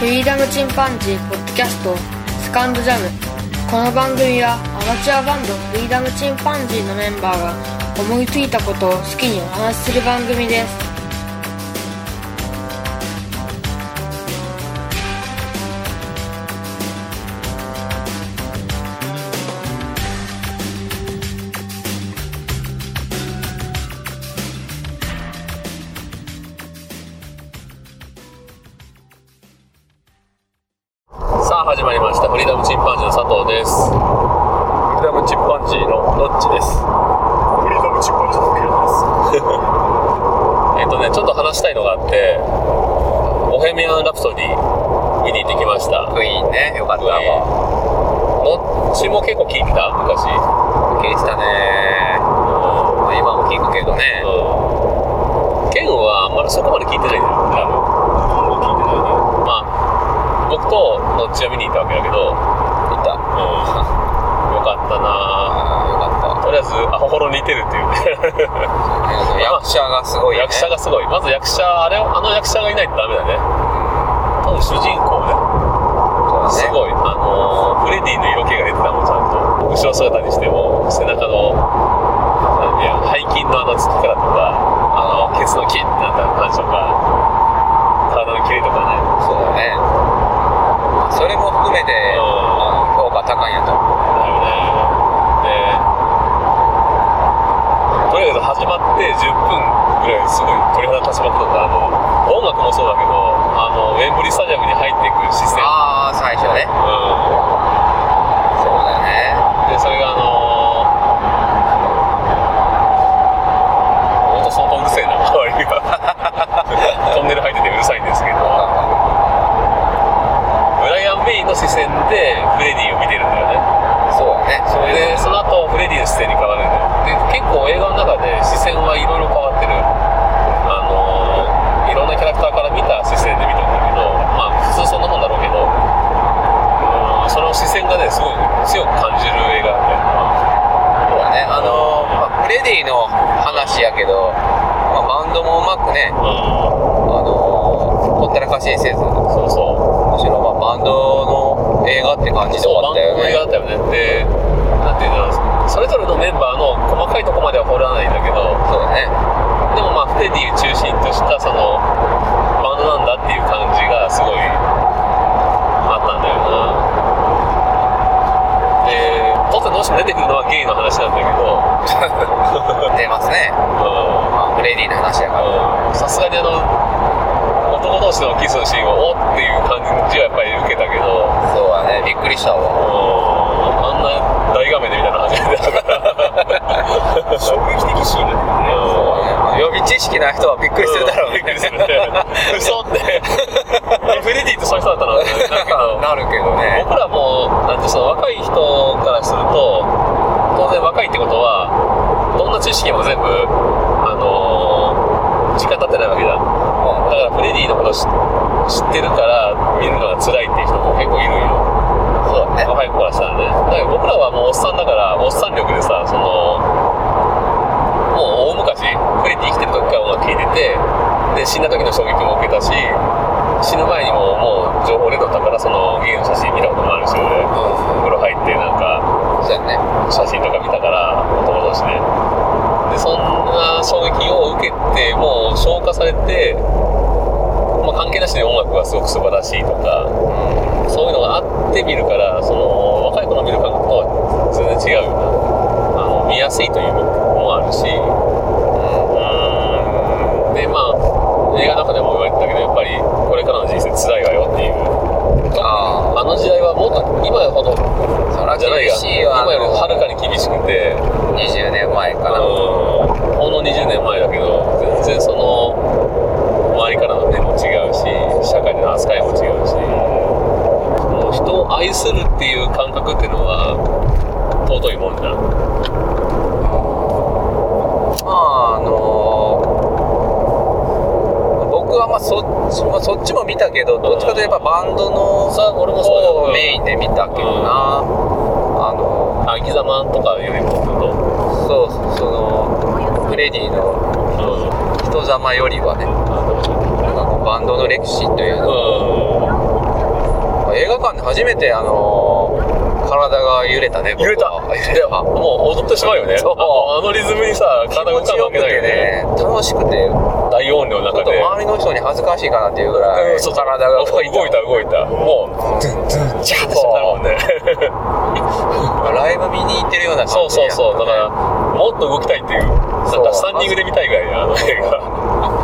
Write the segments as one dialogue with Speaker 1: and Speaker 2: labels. Speaker 1: フリーダムチンパンジーポッドキャストスカンドジャムこの番組はアマチュアバンドフリーダムチンパンジーのメンバーが思いついたことを好きにお話しする番組です
Speaker 2: さあ始まりましたフリーダムチンパンジーの佐藤です
Speaker 3: フリーダムチンパンジーのノッチです。フリーダムチンパンジーのケン
Speaker 2: えっ、とねちょっと話したいのがあってボヘミアン・ラプソディ見に行ってきました
Speaker 4: クイーンね、よかった
Speaker 2: 僕は
Speaker 4: わ。
Speaker 2: もうどっちも結構聞いてた昔
Speaker 4: 聞いてたね。まあ今も聞くけどね。
Speaker 2: うんケンはあんまりそこまで聞いてないんだよ多分聞いてないねまあ僕とどっちは見に行ったわけだけど
Speaker 4: 行った。あ
Speaker 2: よかったな
Speaker 4: あ、よかっ
Speaker 2: とりあえずアホほど似てるっていうね
Speaker 4: た。役者がすごいね。
Speaker 2: 役者がすごいまず役者あれあの役者がいないとダメだね多分主人公ねす
Speaker 4: い。
Speaker 2: ごい、あのーフレディの色気が出てたもん、ちゃんと。後ろ姿にしても、背中の、なんていうの背筋の穴つきからとか、あの、ケツのキッってなった感じとか、体のキレとかね。
Speaker 4: そうだね。それも含めて、あの評価高いんやと思う。
Speaker 2: だよね。で、とりあえず始まって10分ぐらいすごい鳥肌立ちまくったのがあの、音楽もそうだけど、あの、ウェンブリースタジアムに入っていく視線。
Speaker 4: ああ、最初ね。
Speaker 2: うん
Speaker 4: そうだね。
Speaker 2: でそれがあのー、音相当うるせえな 周りがトンネル入っててうるさいんですけどブライアン・メインの視線でフレディを見てるんだよね
Speaker 4: そうだね。
Speaker 2: それでその後フレディの視線に変わるんだよで結構映画の中で視線はいろいろ変わってるあのーいろんなキャラクターから見た視線で見てるんだけどまあ普通そんなもんだろうけどうんその視線がねすごい強く感じる映画だったよな
Speaker 4: そうだね。あのー、まあ、フレディの話やけど、まあ、バンドもうまくね、あのー、ほったらかしにせず、む
Speaker 2: そうそう。
Speaker 4: しろ、まあ、バンドの映画って感じで終わ
Speaker 2: バ
Speaker 4: っ
Speaker 2: ン
Speaker 4: たよ
Speaker 2: ドの
Speaker 4: ね
Speaker 2: 映。画だったよね。で、なんていうんだろう、それぞれのメンバーの細かいとこまでは掘らないんだけど、
Speaker 4: そうだね。
Speaker 2: でもまあ、フレディ中心とした、その、バンドなんだっていう感じがすごいあったんだよな。で、当然どうしても出てくるのはゲイの話なんだけど、
Speaker 4: 出ますね。
Speaker 2: うん
Speaker 4: まあ、フレディの話やから。
Speaker 2: さすがにあの男同士のキスのシーンはおっていう感じはやっぱり受けたけど
Speaker 4: そうだね。びっくりしたわ。
Speaker 2: あんな大画面で見たの初めてだから。衝撃的シーンだね。
Speaker 4: 予備知識ない人はびっくりするだろう。
Speaker 2: びっくりするね嘘って。えフレディってそういう人だったのってなるけど
Speaker 4: なるけどね。
Speaker 2: 僕らも、なんてその若い人からすると、当然若いってことは、どんな知識も全部、あのー時間経ってないわけだ。だからフレディのこと知知ってるから見るのが辛いっていう人も結構いるんよ。
Speaker 4: そうだね。
Speaker 2: 若い子からしたらね。だから僕らはもうおっさんだから、おっさん力でさ、その、もう大昔、フレディ生きてる時から音楽聴いてて、で、死んだ時の衝撃も受けたし、死ぬ前にももう情報レードだったから、そのゲイの写真見たこともあるし、俺、風呂入ってなんか、
Speaker 4: そうだね。
Speaker 2: 写真とか見たから、男同士ね。で、そんな衝撃を受けて、もう消化されて、まあ、関係なしで音楽がすごく素晴らしいとか、そういうのがあって見るから、その若い子の見る感覚とは全然違うよな。あの見やすいというのもあるし、うん、で、まあ、映画の中でも言われてたけど、やっぱりこれからの人生辛いわよっていう。
Speaker 4: あ
Speaker 2: あの時代はもっと今ほど
Speaker 4: あ、そら
Speaker 2: じゃない
Speaker 4: 厳
Speaker 2: が、
Speaker 4: しいわ。
Speaker 2: 今よりはるかに厳しくて、
Speaker 4: 20年前か
Speaker 2: あ
Speaker 4: な。
Speaker 2: のほんの20年前だけど全然その周りからの目も違うし社会での扱いも違うしもう人を愛するっていう感覚っていうのは尊いもんじゃん
Speaker 4: まあ、あのー、僕はまあそっち、まあ、そっちも見たけど、どっちかといえばバンドの
Speaker 2: さあ俺もそうだ
Speaker 4: 方をメインで見たけどな。あのー、
Speaker 2: あ生き様とかよりもずっと
Speaker 4: そう、その、フレディの人様よりはね、なんかこうバンドの歴史というのを
Speaker 2: う
Speaker 4: 間で初めて、あのー体が揺れたね、僕は
Speaker 2: 揺れた
Speaker 4: 揺れた。
Speaker 2: もう踊ってしまうよね。
Speaker 4: そう
Speaker 2: あのあのリズムにさ、体が
Speaker 4: 気持ち
Speaker 2: 動
Speaker 4: よ
Speaker 2: か
Speaker 4: く
Speaker 2: ない
Speaker 4: て
Speaker 2: よね。
Speaker 4: ね、楽しくて、
Speaker 2: 大音量の
Speaker 4: ちょ
Speaker 2: 中
Speaker 4: っと
Speaker 2: で。
Speaker 4: 周りの人に恥ずかしいかなっていうぐらい、
Speaker 2: そうそう
Speaker 4: 体が動い
Speaker 2: 動いた動いた。もう、ドゥンドゥン、ジャーってしたもんね。
Speaker 4: ライブ見に行ってるような
Speaker 2: そ
Speaker 4: 感
Speaker 2: う
Speaker 4: じに
Speaker 2: そう
Speaker 4: なったね
Speaker 2: そう。だから、もっと動きたいっていう。
Speaker 4: そう
Speaker 2: なんかスタンディングで見たいぐらいだ、あの映画。うん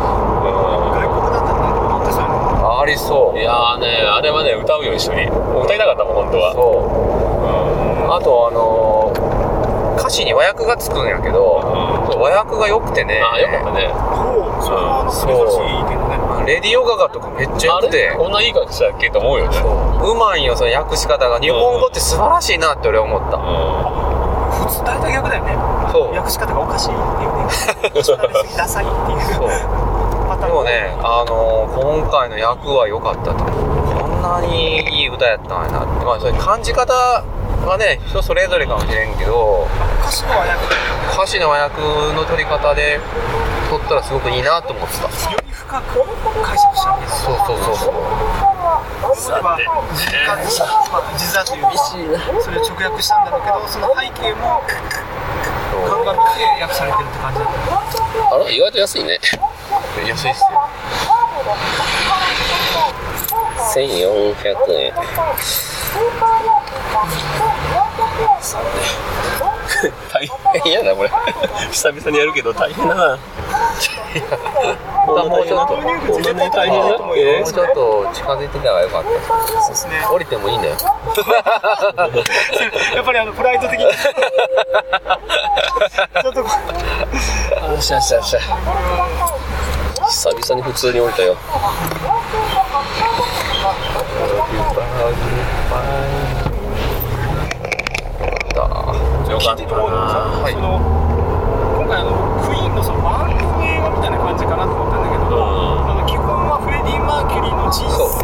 Speaker 3: 外国だったらなんかもっとそういうの
Speaker 4: ありそう。
Speaker 2: いやーね、あれはね、歌うよ、一緒に。歌いたかったもん、本当は。
Speaker 4: そう。あと、あのー歌詞に和訳がつくんやけど、
Speaker 2: あ
Speaker 4: 和訳が良くてね、
Speaker 2: あ、よかったね。
Speaker 3: ほうそれはあの
Speaker 4: そう
Speaker 3: 珍しいけどね
Speaker 4: レディオガガとかめっちゃ
Speaker 2: あ
Speaker 4: 良く
Speaker 2: れ
Speaker 4: て、
Speaker 2: こんないい感じだっけと思うよね。
Speaker 4: うまいよ、その訳し方が。日本語って素晴らしいなって俺思った。
Speaker 2: う
Speaker 3: 普通大体逆だよね
Speaker 4: そう。
Speaker 3: 訳し方がおかしいっていうねダサいっていう
Speaker 4: そう
Speaker 3: パタ
Speaker 4: で
Speaker 3: ーン
Speaker 4: もね、あのー今回の役は良かったと。こんなにいい歌やったんやなって。まあ、それ感じ方がね、人それぞれかもしれんけど、
Speaker 3: 歌詞の和訳
Speaker 4: 歌詞の和訳の取り方で取ったらすごくいいなと思ってた。
Speaker 3: より深く解釈しなきゃいけない
Speaker 4: そうそうそうそう。
Speaker 3: それは実感にした、まあ、実だという意思それを直訳したんだろうけどその背景も頑張って訳されてるって感じだった
Speaker 2: んあれ意外と安いね。
Speaker 4: 安いっすよ。
Speaker 2: 1400円。大変やな、これ。久々にやるけど大変だ な。
Speaker 4: もうちょっと、も
Speaker 3: 入口絶対大
Speaker 2: 変だっけ
Speaker 4: うちょっと近づいてた方が良かった
Speaker 3: そうですね
Speaker 4: です。降りてもいいんだよ。
Speaker 3: やっぱりあのプライド的にちょっとこう
Speaker 2: よしよしよし。久々に普通に降りたよ。よかってた
Speaker 3: 聞いる方が
Speaker 4: はい
Speaker 3: その今回あのクイーンのそのバンドの映画みたいな感じかなと思ったんだけど、
Speaker 2: うん
Speaker 3: あの基本はフレディ・マーキュリーの人生を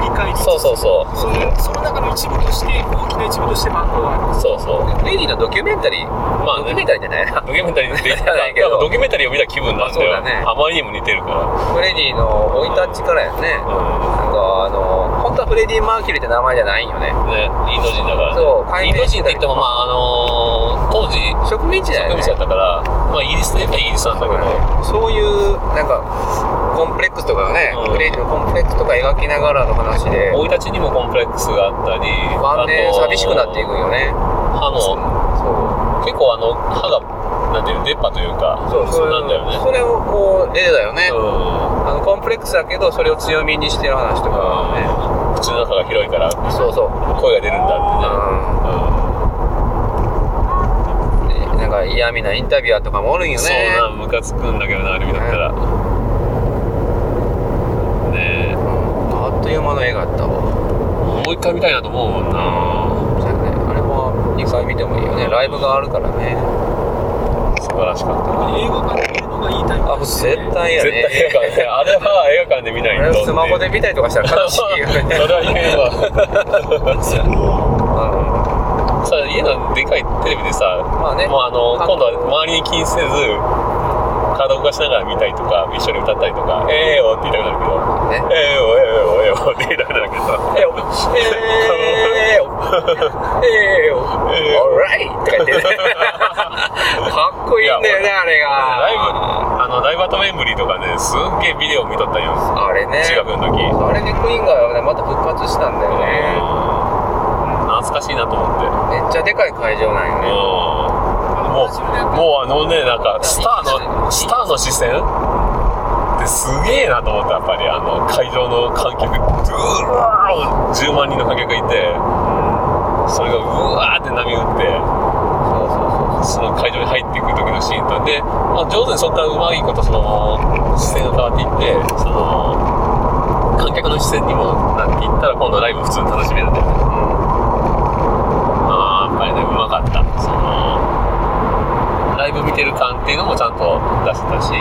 Speaker 3: 振り返り
Speaker 2: そうそうそ
Speaker 3: そのその中の一部として大きな一部としてバンドがあります
Speaker 2: う。そうそう。
Speaker 4: レディのドキュメンタリー、まあ、ドキュメンタリーじゃないな。
Speaker 2: ドキュメンタリーって言った
Speaker 4: じゃないけど
Speaker 2: ドキュメンタリーを見た気分なんだよ。
Speaker 4: あそうだね
Speaker 2: あまりにも似てるか
Speaker 4: フレディの生い立ちからやね。
Speaker 2: ら。
Speaker 4: なんかあの、本当はフレディ・マーキュリーって名前じゃないんよね。
Speaker 2: ね、インド人だからね。
Speaker 4: そう
Speaker 2: インド人って言っても、まあ、あのー当時、植
Speaker 4: 植民地だよ
Speaker 2: 民
Speaker 4: ね。
Speaker 2: 地だったから、まあ、イギリスでやっぱイギリスなんだけど。
Speaker 4: そういう、なんか、コンプレックスとかね、
Speaker 2: うん
Speaker 4: フレディのコンプレックスとか描きながらの話で、
Speaker 2: 生い立ちにもコンプレックスがあったり、
Speaker 4: 晩年寂しくなっていくんよね。
Speaker 2: 歯も、
Speaker 4: そ
Speaker 2: 結構あの、歯が、なんていうの出っ歯というか、
Speaker 4: う。そう、
Speaker 2: なんだよね。
Speaker 4: それをこう、例だよね。
Speaker 2: うん
Speaker 4: あの、コンプレックスだけど、それを強みにしてる話とかね。
Speaker 2: 口の中が広いから、
Speaker 4: そうそう。
Speaker 2: 声が出るんだってね。
Speaker 4: う
Speaker 2: うん
Speaker 4: ん。でなんか嫌味なインタビュアーとかもおるんよ
Speaker 2: そう
Speaker 4: ね。
Speaker 2: な、ムカつくんだけどな、あれ見たら。ねえ、
Speaker 4: うんあっという間の映画やったわ。
Speaker 2: もう一回見たいなと思うもんな。
Speaker 4: そうやねあれは2回見てもいいよね。ライブがあるからね。
Speaker 2: 素晴らしかった。
Speaker 3: 英語が見るのがいいタイプ
Speaker 4: あ、もう絶対やね。
Speaker 2: 絶対映画館で、あれは映画館で見ないと。。
Speaker 4: スマホで見たりとかしたら悲しいよ ね
Speaker 2: それは言え ば。
Speaker 4: う
Speaker 2: さあ、家のでかいテレビでさ、
Speaker 4: んまあね。
Speaker 2: もうあの、今度は周りに気にせず、体を動かしながら見たりとか、一緒に歌ったりとか、ええよって言いたくなるけど、
Speaker 4: ね。
Speaker 2: ええよ、ええよ、ええよって言いたくなるけどさ、ええよ、
Speaker 4: え
Speaker 2: ええ
Speaker 4: えよ。ええよ。a
Speaker 2: よ。
Speaker 4: l r i g h とか言ってね。かっこいいんだよね、あれが。
Speaker 2: ライブ、 あの、ライブアットメンブリーとかね、すっげえビデオ見とったんよ、
Speaker 4: あれね。
Speaker 2: 中学の時。
Speaker 4: あれでクイーンがねまた復活したんだよね。
Speaker 2: 懐かしいなと思って。
Speaker 4: めっちゃでかい会場なんよね。
Speaker 2: もう、もうあのね、なんか、スターの、スターの視線ってすげえなと思った、やっぱり、あの、会場の観客、うわー10万人の観客がいて、それがうわーって波打って、
Speaker 4: そ
Speaker 2: そ
Speaker 4: う
Speaker 2: の会場に入っていく時のシーンと、で、まあ、上手にそこからうまいこと、その、視線が変わっていって、その、観客の視線にもなっていったら、今度ライブ普通に楽しめるんだよね。
Speaker 4: そうそう。うん
Speaker 2: あーやっぱりねうまかったそのライブ見てる感っていうのもちゃんと出してたし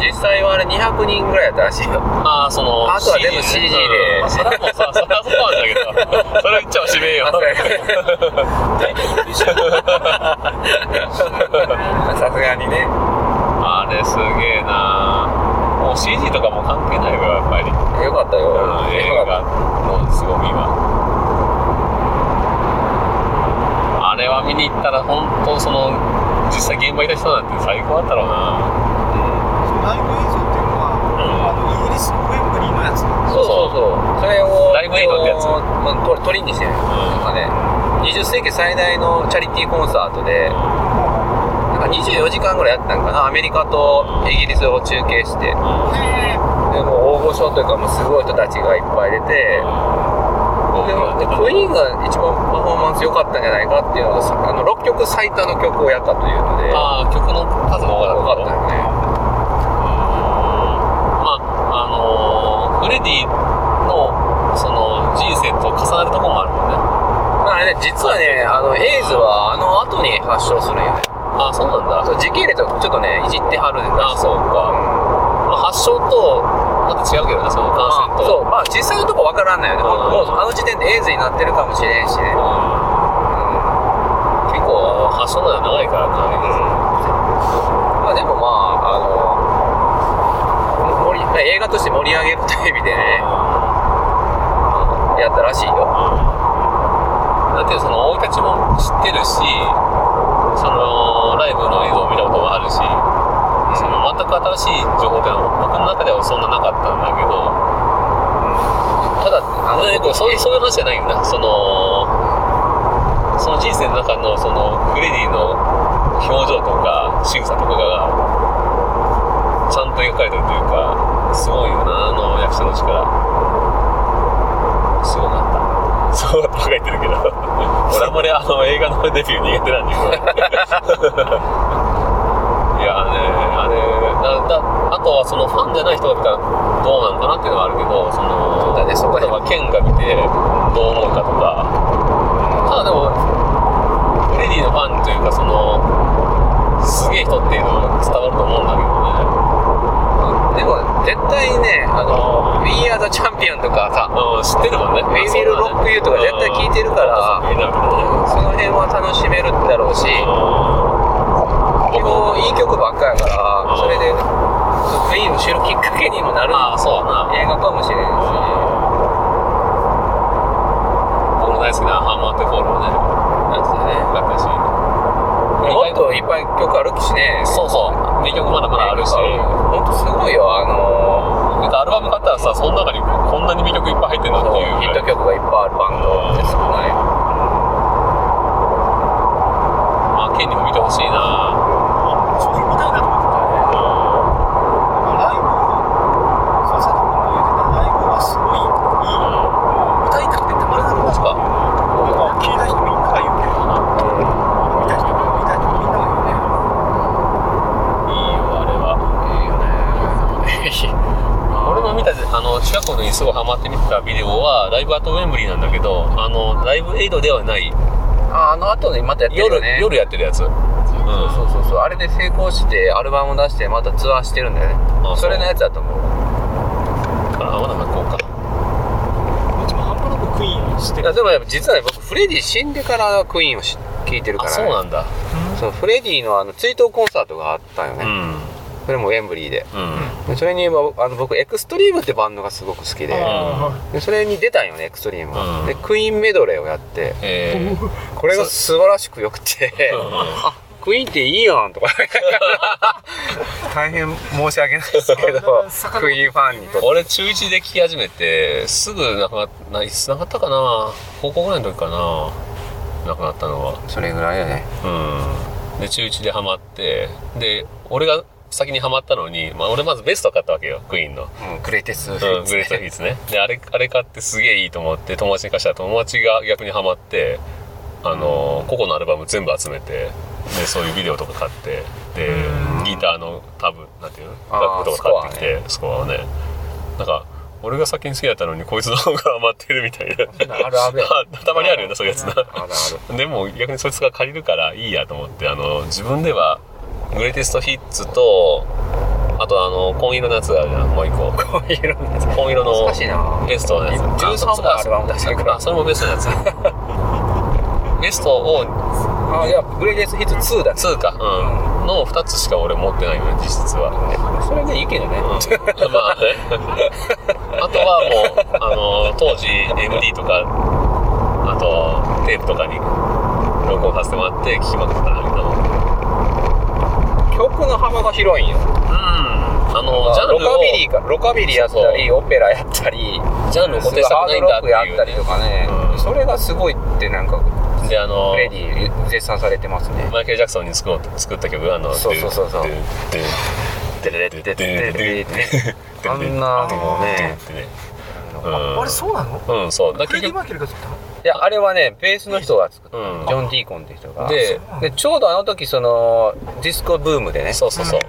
Speaker 4: 実際はあれ200人ぐらいやったらしいよ。
Speaker 2: ああその
Speaker 4: あとは全部 CG で
Speaker 2: うんそれはもうさそれはそうなんだけどそれは言っちゃおしめえよ
Speaker 4: あそうやさすがにね。
Speaker 2: あれすげえなもう CG とかも関係ないわやっぱり、うん、
Speaker 4: よかったよ。
Speaker 2: 映
Speaker 4: よか
Speaker 2: 画
Speaker 4: った。
Speaker 2: の凄みはあれは見に行ったら本当その実際現場いた人なんて最高だったろうな
Speaker 3: ライブ映像っていうのは、あのイギリスのウェンブリーのやつなんですよ
Speaker 4: そうそうそうそれを
Speaker 2: ライブエイドってやつ
Speaker 4: こうまあ、と鳥にしてる、なんかね20世紀最大のチャリティーコンサートでなんか24時間ぐらいやってたんかなアメリカとイギリスを中継してで
Speaker 3: へー
Speaker 4: もう大御所というかもうすごい人たちがいっぱい出てでもでクイーンが一番パフォーマンス良かったんじゃないかっていうのがさあの6曲最多の曲をやったというので良
Speaker 2: ああ曲の数も多かっ
Speaker 4: か
Speaker 2: た
Speaker 4: った
Speaker 2: ね
Speaker 4: よね
Speaker 2: まああのーフレディのその人生と重なるとこもあるもんね
Speaker 4: まあね、実はね、あの、エイズはあの後に発症するんよね。
Speaker 2: あそうなんだ
Speaker 4: そう時系列をちょっとね、いじってはるんだ。
Speaker 2: あそうか、まあ、発症とまた違うけどねその感
Speaker 4: ま
Speaker 2: 染と
Speaker 4: あ、そう、まあ実際のとこわからんのよね。
Speaker 2: うん
Speaker 4: もう、もうあの時点でエイズになってるかもしれんしね。うん
Speaker 2: 結構発症まで長いからな、
Speaker 4: まあでもまあ、あの、盛りまあ映画として盛り上げるという意味でね、やったらしいよ。
Speaker 2: だってその生い立ちも知ってるしそのライブの映像を見たこともあるしその全く新しい情報っていうのは僕の中ではそんななかったんだけど
Speaker 4: ただ、あの、
Speaker 2: なんかそういうそういう話じゃないんだそのその人生の中のそのフレディの表情とか仕草とかがちゃんと描かれてるというかすごいよなあの役者の力すごかったすごかったとか言ってるけど俺あんまりあの映画のデビュー苦手なんだけど いやねあれだだあとはそのファンじゃない人だったらどうなんかなっていうのはあるけどその
Speaker 4: そうだねそこら
Speaker 2: 例えば
Speaker 4: 辺
Speaker 2: 剣が見てどう思うかとかただでもフレディのファンというかそのすげえ人っていうのが伝わると思うんだけどね
Speaker 4: でも絶対ね、あの、We Are the Champion とかさ、
Speaker 2: うん知ってるもんね
Speaker 4: We Will Rock You とか絶対聞いてるか
Speaker 2: う
Speaker 4: ら
Speaker 2: んそうそうみんなも
Speaker 4: その辺は楽しめるだろうし、基本いい曲ばっかやから、それで、クイーンの収録きっかけにもなる
Speaker 2: ああそうだな
Speaker 4: 映画かもしれんし、
Speaker 2: 僕の大好きなハンマーテフォールもね
Speaker 4: なんつう
Speaker 2: よ
Speaker 4: ね。
Speaker 2: かったし
Speaker 4: もっといっぱい曲あるしね。
Speaker 2: そうそう名曲まだまだあるし
Speaker 4: ほんとすごいよ、あの
Speaker 2: だってアルバム買ったらさその中にこんなに魅力いっぱい入ってるのっていう
Speaker 4: ヒ
Speaker 2: ぐ
Speaker 4: ッ
Speaker 2: ら
Speaker 4: ト
Speaker 2: い
Speaker 4: 曲がいっぱいあるバンドって少ない。
Speaker 2: まあケンにも見てほしいな
Speaker 3: 正直見たいなと思ってたねライブそう佐藤君も言ってたライブはすごいいいもう歌いたくてたまらなくなったっていうのをなんか聞いた人みんなが言うけど見た人も見た人もみんなが言うね
Speaker 2: いいよあれはい
Speaker 4: いよね。
Speaker 2: 俺も見たあの中学校の時にすごいハマって見てたビデオはライブアートウェンブリーなんだけどあのライブエイドではない
Speaker 4: ああの後にまたやってる
Speaker 2: 夜,、
Speaker 4: よね。
Speaker 2: 夜やってるやつ、うん、
Speaker 4: そうそうそうそう。あれで成功して、アルバム出して、またツアーしてるんだよね
Speaker 2: あそう。
Speaker 4: それのやつだと思う。
Speaker 2: あまだまだこうか
Speaker 3: うちも半端なくクイーンして
Speaker 4: い
Speaker 3: る
Speaker 4: やでもやっぱ実はね僕フレディ死んでからクイーンをし聞いてるか
Speaker 2: あ
Speaker 4: ら、
Speaker 2: そ
Speaker 4: ね、
Speaker 2: うなんだ
Speaker 4: そのフレディのあの追悼コンサートがあったよ
Speaker 2: う
Speaker 4: ね、
Speaker 2: ん
Speaker 4: それもウェンブリーで
Speaker 2: うん
Speaker 4: でそれにまああの僕エクストリームってバンドがすごく好きで
Speaker 3: あ
Speaker 4: でそれに出たんよねエクストリームは、
Speaker 2: うん
Speaker 4: でクイーンメドレーをやって
Speaker 2: えー
Speaker 4: これが素晴らしくよくてあクイーンっていいやんとか大変申し訳ないですけどクイーンファンにとって
Speaker 2: 俺中1で聴き始めてすぐなくなないつながったかな高校ぐらいの時かななくなったのは
Speaker 4: それぐらいよね
Speaker 2: うんで中1でハマってで俺が先にハマったのに、まあ、俺まずベスト買ったわけよクイーンの
Speaker 4: うんグレイテストヒ
Speaker 2: うん、
Speaker 4: ッ
Speaker 2: グレート
Speaker 4: ツ
Speaker 2: ヒーツね。で、あれ、あれ買ってすげえいいと思って、友達に貸したら友達が逆にハマって、あのー、個々のアルバム全部集めて、で、そういうビデオとか買って、で、ギターのタブ、なんていうの
Speaker 4: あー
Speaker 2: タブとか買ってきて、スコアをね。なんか、俺が先に好きだったのに、こいつの方がハマってるみたいな。
Speaker 4: あるあるやん
Speaker 2: たま にあるよね、そういうやつな。
Speaker 4: あるある
Speaker 2: でも逆にそいつが借りるからいいやと思ってあの自分ではグレイテストヒッツとあとあの紺色のやつがあるじゃんもう一 個紺色のやつ紺色の
Speaker 4: 難しいな
Speaker 2: ベストのやつ
Speaker 4: 13
Speaker 2: あそっか
Speaker 4: アルバム出してるから
Speaker 2: あそれもベストのやつベストを
Speaker 4: あいやグレイテストヒッツ2だね
Speaker 2: 2かうんの2つしか俺持ってないのよ、実質は。
Speaker 4: それね、意見がね。
Speaker 2: うんま あね。あとはもう、あの、当時 MD とか、あと、テープとかに録音させてもらって聞きまくったんだけど、うん。
Speaker 4: 曲の幅が広いんよ。
Speaker 2: あの、ジャン
Speaker 4: ロ
Speaker 2: ル
Speaker 4: カ
Speaker 2: を、
Speaker 4: ビリーか、ロカビリーやったり、オペラやったり、
Speaker 2: ジャンルを固定した
Speaker 4: ハ
Speaker 2: くない
Speaker 4: ード
Speaker 2: ん
Speaker 4: ロ
Speaker 2: だ
Speaker 4: ッ
Speaker 2: って
Speaker 4: クやっ
Speaker 2: い
Speaker 4: たりとかね
Speaker 2: うん。
Speaker 4: それがすごいってなんか、
Speaker 2: う。で、あの
Speaker 4: フ、レディ絶賛されてますね。
Speaker 2: マイケル・ジャクソンに作ろう作った曲、あの、
Speaker 4: そうそうそうそう
Speaker 2: ドゥドゥドゥドゥドゥドゥドゥドゥドゥ
Speaker 4: あんなもうね
Speaker 2: ドゥドゥドゥドゥね
Speaker 3: あれそうなの
Speaker 2: うん、うん、そう。だ
Speaker 3: フレディ・
Speaker 2: 結
Speaker 3: マ
Speaker 2: 局
Speaker 3: ーキュリーが作ったの
Speaker 4: いや、あれはね、ベースの人が作った。
Speaker 2: うん
Speaker 4: ジョン・ディーコンって人が。
Speaker 2: で、
Speaker 4: でちょうどあの時そのディスコブームでね
Speaker 2: そうそうそう。
Speaker 4: で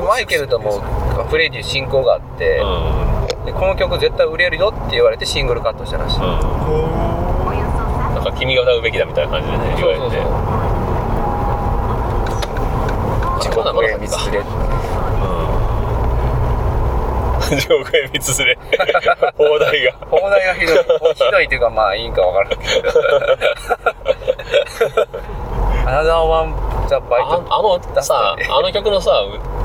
Speaker 4: マイケルともフレディ進行があって
Speaker 2: う、ん。
Speaker 4: でこの曲絶対売れるよって言われてシングルカットしたらしい、
Speaker 2: う
Speaker 3: おー
Speaker 2: ん、なんか君が歌うべきだみたいな感じでね言われて
Speaker 4: 自己
Speaker 2: まだまだ
Speaker 4: 見つれ
Speaker 2: うん地獄へ道連 れ放題が
Speaker 4: 放題がひどいひどいというかまあいいんかわからんけどアナザーワンザバイ
Speaker 2: あ
Speaker 4: ト
Speaker 2: あのさあの曲のさ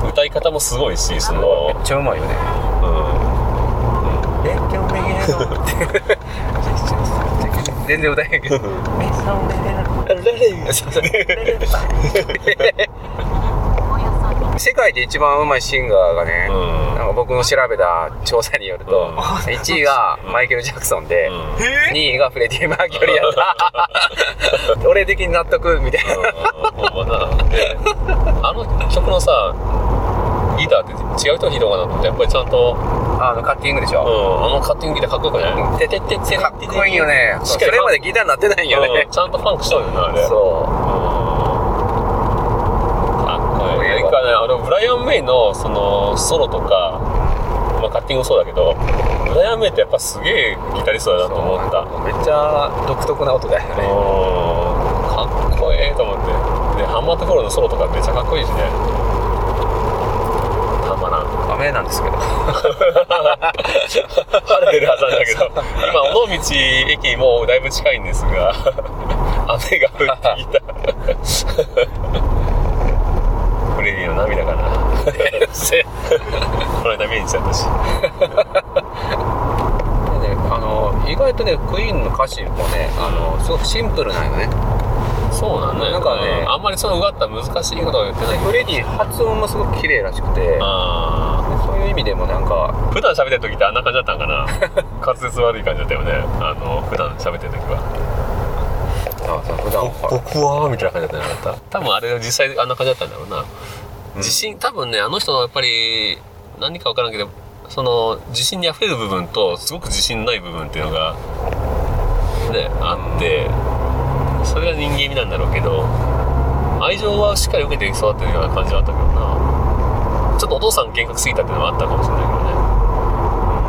Speaker 2: う歌い方もすごいしそ
Speaker 4: め
Speaker 2: の
Speaker 4: っちゃうまいよね勉強できないぞ って全然歌えへんけど 世界で一番うまいシンガーがね、
Speaker 2: うん
Speaker 4: なんか僕の調べた調査によると、
Speaker 2: うん
Speaker 4: 1位がマイケル・ジャクソンで、
Speaker 2: うん
Speaker 3: え
Speaker 4: 2位がフレディ・マーキュリーやった俺的に納得みたいな、
Speaker 2: ほんまなであの曲のさギターって違う人の弾いたのかなと思ってやっぱりちゃんと、
Speaker 4: あのカッティングでし
Speaker 2: うん、
Speaker 4: ょ、
Speaker 2: あのカッティングギターかっこよくない
Speaker 4: ててててかっこいいよね
Speaker 2: しっか
Speaker 4: そ
Speaker 2: り
Speaker 4: れまでギターになってないんよね
Speaker 2: うん、ちゃんとファンクしとるよなあれ
Speaker 4: そ
Speaker 2: かっこいいなんかねあのブライアン・メイのそのソロとか、まあ、カッティングもそうだけどブライアン・メイってやっぱすげえギタリストだなと思った
Speaker 4: うめっちゃ独特な音だよ
Speaker 2: うん
Speaker 4: ね
Speaker 2: かっこええと思ってでハンマートフォールのソロとかめっちゃかっこいいしねたまらん
Speaker 4: ダメなんですけど
Speaker 2: 晴れてるはずなんだけど今尾道駅もうだいぶ近いんですが雨が降ってきたフレディの涙かなこの間見に行っちゃったし。
Speaker 4: でねあの意外とねクイーンの歌詞もねあのすごくシンプルなんよね
Speaker 2: そうなんだよ。
Speaker 4: なんかね
Speaker 2: うんあんまりそのうがった難しいことは言ってないけど。
Speaker 4: フレディ発音もすごく綺麗らしくて
Speaker 2: あ
Speaker 4: そういう意味でもなんか
Speaker 2: ー普段喋ってる時ってあんな感じだったんか な滑舌悪い感じだったよね。あの、普段喋ってる時は。
Speaker 4: あそう普段は
Speaker 2: 僕はみたいな感じだったんじゃなかった多分あれ実際あんな感じだったんだろうな。自信、多分ね、あの人はやっぱり何かわからんけど、その自信に溢れる部分とすごく自信ない部分っていうのが、ね、あって、それが人間味なんだろうけど、愛情はしっかり受けて育ってるような感じはあったけどなちょっとお父さん厳格すぎたっていうのはあったかもしれないけどね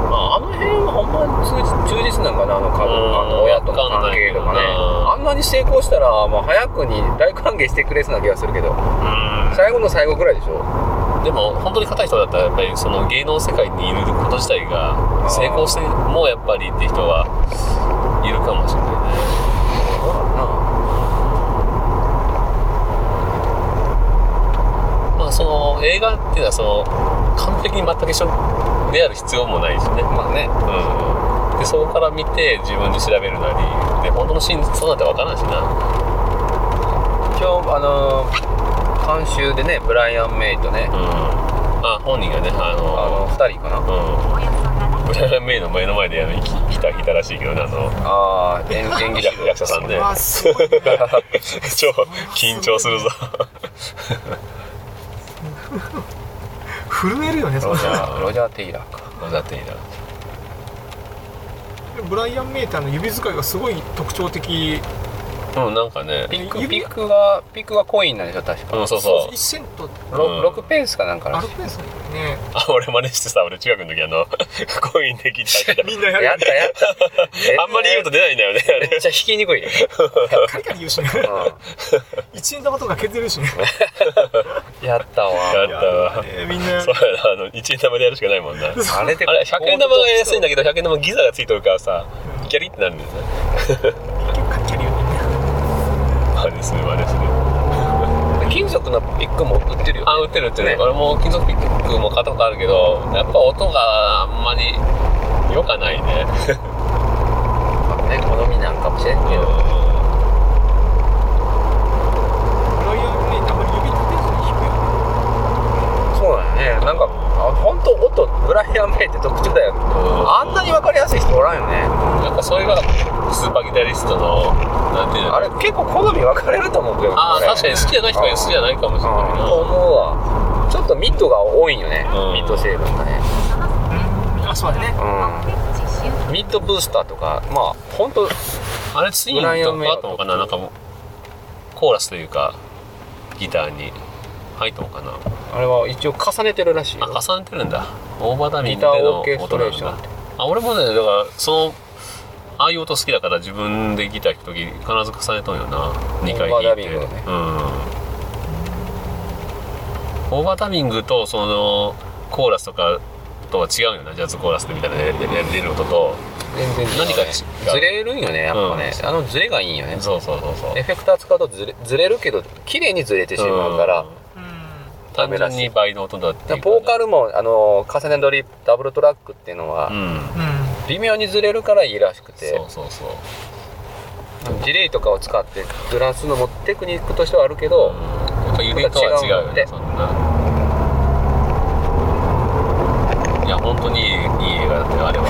Speaker 4: まああの辺はほんまに忠忠実なんかなあの家
Speaker 2: うん
Speaker 4: 族あの親との関係とかね
Speaker 2: わ
Speaker 4: あんなに成功したら、まあ、早くに大歓迎してくれそうな気がするけど最後の最後くらいでしょ
Speaker 2: でも本当に硬い人だったらやっぱりその芸能世界にいること自体が成功してもやっぱりって人はいるかもしれないねまあその映画っていうのはその完璧に全く一緒である必要もないしね
Speaker 4: まあね
Speaker 2: うんでそこから見て自分で調べるなりで本当の真実そうなんて分からんしな
Speaker 4: 今日あのー監修でねブライアン・メイとね
Speaker 2: うんあ本人がねあ
Speaker 4: あ
Speaker 2: の
Speaker 4: の2人かな
Speaker 2: うん。ブライアン・メイの目の前であの、ひたひたらしいけどね、あ の、
Speaker 4: ああ演 演技指
Speaker 2: 役
Speaker 4: 導
Speaker 2: 者さんで。
Speaker 3: あすごいね
Speaker 2: 超緊張するぞ。
Speaker 3: 震えるよねそ
Speaker 4: ロ
Speaker 3: れ
Speaker 4: ジャーロジャー・テイラー か
Speaker 2: だっていいな。
Speaker 3: ブライアン・メイターの指使いがすごい特徴的
Speaker 2: うん、なんかね。
Speaker 4: ピック
Speaker 3: 指
Speaker 4: ピックがピックがコインなんでしょ確か
Speaker 2: うん、そうそう。
Speaker 3: 1セント
Speaker 2: うん
Speaker 4: 6, ペースかなんから
Speaker 3: ア
Speaker 4: し
Speaker 3: ル
Speaker 4: い
Speaker 3: ペンスだよね
Speaker 2: あ、俺真似してさ、俺中学の時あの、 コインでギターやっ
Speaker 3: みんなやる
Speaker 4: や
Speaker 3: よ
Speaker 4: っ
Speaker 3: ね
Speaker 4: たやった
Speaker 2: た。あんまり言うと出ないんだよね、あ
Speaker 4: めっ
Speaker 2: れ。
Speaker 4: ちゃ弾きにくいね、
Speaker 3: カリカリ言うしね一円玉とか削れるしね
Speaker 4: うん、やっ た
Speaker 2: や
Speaker 4: わ
Speaker 2: ったわ。
Speaker 3: えーみんなや
Speaker 2: そ
Speaker 3: る
Speaker 2: うやな、あの、1円玉でやるしかないもんな。あ
Speaker 4: あれで
Speaker 2: れ、100円玉が安いんだけど、100円玉ギザがついてるからさ、ギャリってなるんだよね。
Speaker 3: 結構カリカリ言うね
Speaker 2: 真似する、真似する。
Speaker 4: 今金属のピックも売ってるよ、
Speaker 2: あ、売ってる売ってる。
Speaker 4: ね
Speaker 2: 俺も金属ピックも買ったことあるけど、やっぱ音があんまり良かないね。
Speaker 4: ね、好みなんかもしれんけど、
Speaker 3: ワイヤーねたまに指立てずに引くよね
Speaker 4: そうだよねなんかあ本当音ブライアン・メイって特徴だよあんなに分かりやすい人おらんよね
Speaker 2: なんかそれがスーパーギタリストの、なんていうの
Speaker 4: あれ結構好み分かれると思うけど
Speaker 2: ああ、
Speaker 4: これ
Speaker 2: 確かに好きじゃない人が好きじゃないかもしれない
Speaker 4: うんと思うわちょっとミッドが多いんよね、
Speaker 2: うん
Speaker 4: ミッド成分がね
Speaker 3: あそうだね
Speaker 4: うんミッドブースターとかまあ本当
Speaker 2: な。あれツインとかあったのかななんかもう、コーラスというか、ギターに入ったのかな
Speaker 4: あれは一応重ねてるらしいよ
Speaker 2: あ、重ねてるんだ。オーバーダミング
Speaker 4: ギター
Speaker 2: での
Speaker 4: オーケスト
Speaker 2: 音
Speaker 4: レ
Speaker 2: なん
Speaker 4: ーショ
Speaker 2: だ
Speaker 4: ンって。
Speaker 2: あ、俺もね、だから、その、ああいう音好きだから自分でギター弾くとき必ず重ねとんよな。2回
Speaker 4: オーバ
Speaker 2: 弾
Speaker 4: ーダ
Speaker 2: い
Speaker 4: ビ
Speaker 2: て。
Speaker 4: ングをね
Speaker 2: うん。オーバーダミングと、その、コーラスとかとは違うよな。ジャズコーラスみたいなね、やれる音と。
Speaker 4: 全然違うね
Speaker 2: 何か違う
Speaker 4: ずれるんよねやっぱね、
Speaker 2: うん
Speaker 4: あのずれがいいんよね
Speaker 2: そうそうそうそう
Speaker 4: エ。フェクター使うとずれずれるけど綺麗にずれてしまうから、
Speaker 2: ん
Speaker 3: うん
Speaker 2: 単純に倍の音だっていうかね、
Speaker 4: ボーカルもあの重ね取りダブルトラックっていうのは
Speaker 2: うん。
Speaker 3: う
Speaker 4: 微妙にずれるからいいらしくて
Speaker 2: そうそうそう。
Speaker 4: ディレイとかを使ってずらすのもテクニックとしてはあるけど、
Speaker 2: やっぱゆりとは違うよねそんないや本当にいい映画だったよあれは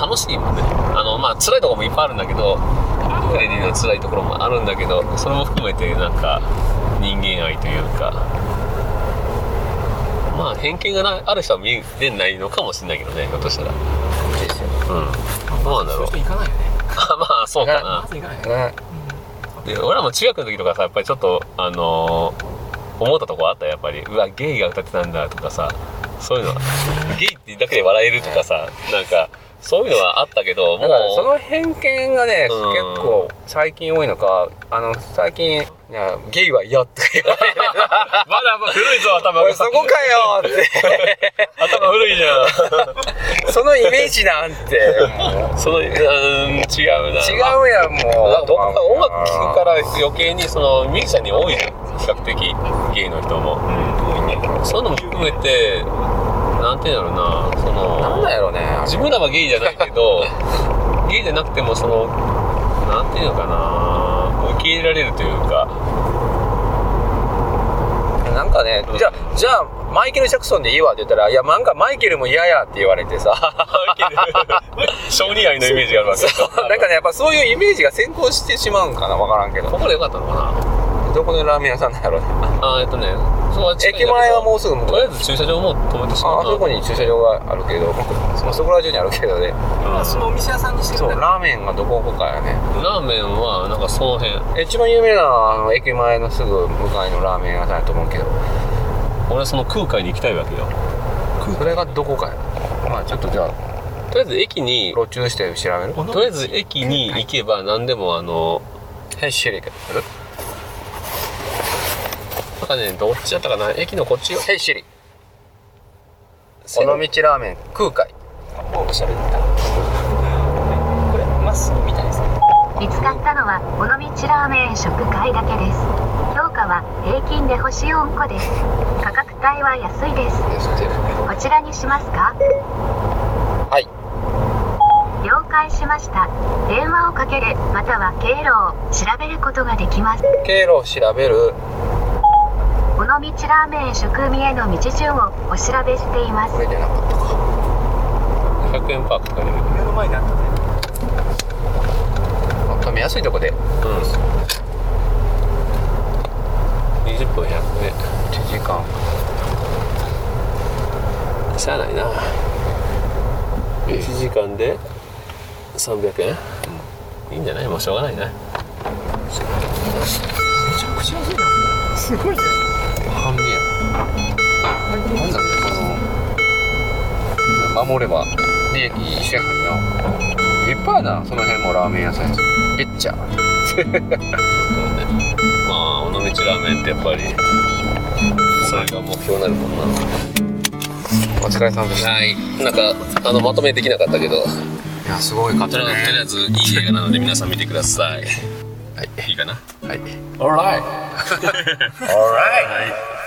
Speaker 2: 楽しいもんねあのまあ辛いところもいっぱいあるんだけどフレディの辛いところもあるんだけどそれも含めてなんか人間愛というかまあ偏見がなある人は見れないのかもしれないけどねひょっとしたらうん
Speaker 4: ですよ
Speaker 2: どうなんだろう
Speaker 3: そういう人行かないよね
Speaker 2: あまあそうかな
Speaker 3: まず行かないよ
Speaker 4: ね
Speaker 3: ね
Speaker 2: で俺らも中学の時とかさやっぱりちょっとあのー思ったとこあったよやっぱりうわゲイが歌ってたんだとかさそういう のゲイってだけで笑えるとかさなんかそういうのはあったけども
Speaker 4: だからそうの偏見がね、
Speaker 2: うん
Speaker 4: 結構最近多いのかあの最近いや「ゲイは嫌」とか言われる
Speaker 2: まだ古いぞ頭
Speaker 4: 俺
Speaker 2: が
Speaker 4: そこかよって
Speaker 2: 頭古いじゃ
Speaker 4: そのイメージなんてもうん
Speaker 2: そのうーん違うな
Speaker 4: 違うやんも
Speaker 2: あ
Speaker 4: う
Speaker 2: どっか音楽聴くから余計にそのミュージシャンに多いじゃん比較的ゲイの人もそういうのも含めてなんていうんだろうなその
Speaker 4: なんだやろね
Speaker 2: 自分らはゲイじゃないけ どゲイじゃなくてもそのなんていうのかな受け入れられるという か
Speaker 4: なんかね、
Speaker 2: うん
Speaker 4: じゃあじゃあマイケル・ジャクソンでいいわって言ったら「いやなんかマイケルも嫌や」って言われて さ
Speaker 2: 小児愛のイメージがあるわけ
Speaker 4: そうなんかねやっぱそういうイメージが先行してしまうんかな分からんけど
Speaker 2: ここでよかったのか
Speaker 4: どこのラーメン屋さんなんやろうね
Speaker 2: なあーえっとねそこは近いんだけ
Speaker 4: 駅
Speaker 2: ど
Speaker 4: 前はもうすぐ向
Speaker 2: と
Speaker 4: こ
Speaker 2: りあ
Speaker 4: う
Speaker 2: えず駐車場も止めてしま
Speaker 4: あ
Speaker 2: う
Speaker 4: あそこに駐車場があるけどまあそそこら中にあるけどね
Speaker 3: まあそのお店屋さんにして
Speaker 4: そう
Speaker 3: るんだ
Speaker 4: ラーメンがどここかやね
Speaker 2: うんラーメンはなんかその辺
Speaker 4: 一番有名なのはあの駅前のすぐ向かいのラーメン屋さんやと思うけど
Speaker 2: 俺はその空海に行きたいわけよ
Speaker 4: それがどこかやまあちょっとじゃあ
Speaker 2: とりあえず駅に
Speaker 4: 路中して調べる
Speaker 2: とりあえず駅に行けば何でもあの
Speaker 4: ヘッシリケ
Speaker 2: なんかねどっちだったかな駅のこっちよ
Speaker 4: ヘッシリ尾道ラーメン空海
Speaker 3: おしゃべりだこれまっすぐみたいですね
Speaker 5: 見つかったのは尾道ラーメン食会だけです評価は平均で星4個です価格帯は安いです
Speaker 4: ですって
Speaker 5: こちらにしますか
Speaker 4: はい
Speaker 5: 了解しました電話をかけるまたは経路を調べることができます
Speaker 4: 経路を調べる
Speaker 5: 尾道ラーメン食味への道順をお調べしています
Speaker 4: これじゃなかったか
Speaker 2: 100円パークとかにも
Speaker 3: 目の前にあったね
Speaker 4: まあ止めやすいとこで
Speaker 2: うん20分100円
Speaker 4: 1時間
Speaker 2: しゃあないな1時間で300円、いいんじゃないもうしょうがないな
Speaker 3: めちゃくちゃ安いなこれすごいね
Speaker 4: 半分やなんだこの守れば利益一緒やからないっぱいやなその辺もラーメン屋さんやしピッチャー
Speaker 2: まあ尾道ラーメンってやっぱりそれが目標になるもんな
Speaker 4: お疲れ様でしたい
Speaker 2: はいなんかあのまとめできなかったけど
Speaker 4: やすごい方
Speaker 2: とりあえずいい映画なので皆さん見てください
Speaker 4: はい、いいかな。
Speaker 2: はい。
Speaker 4: Alright!
Speaker 2: All right.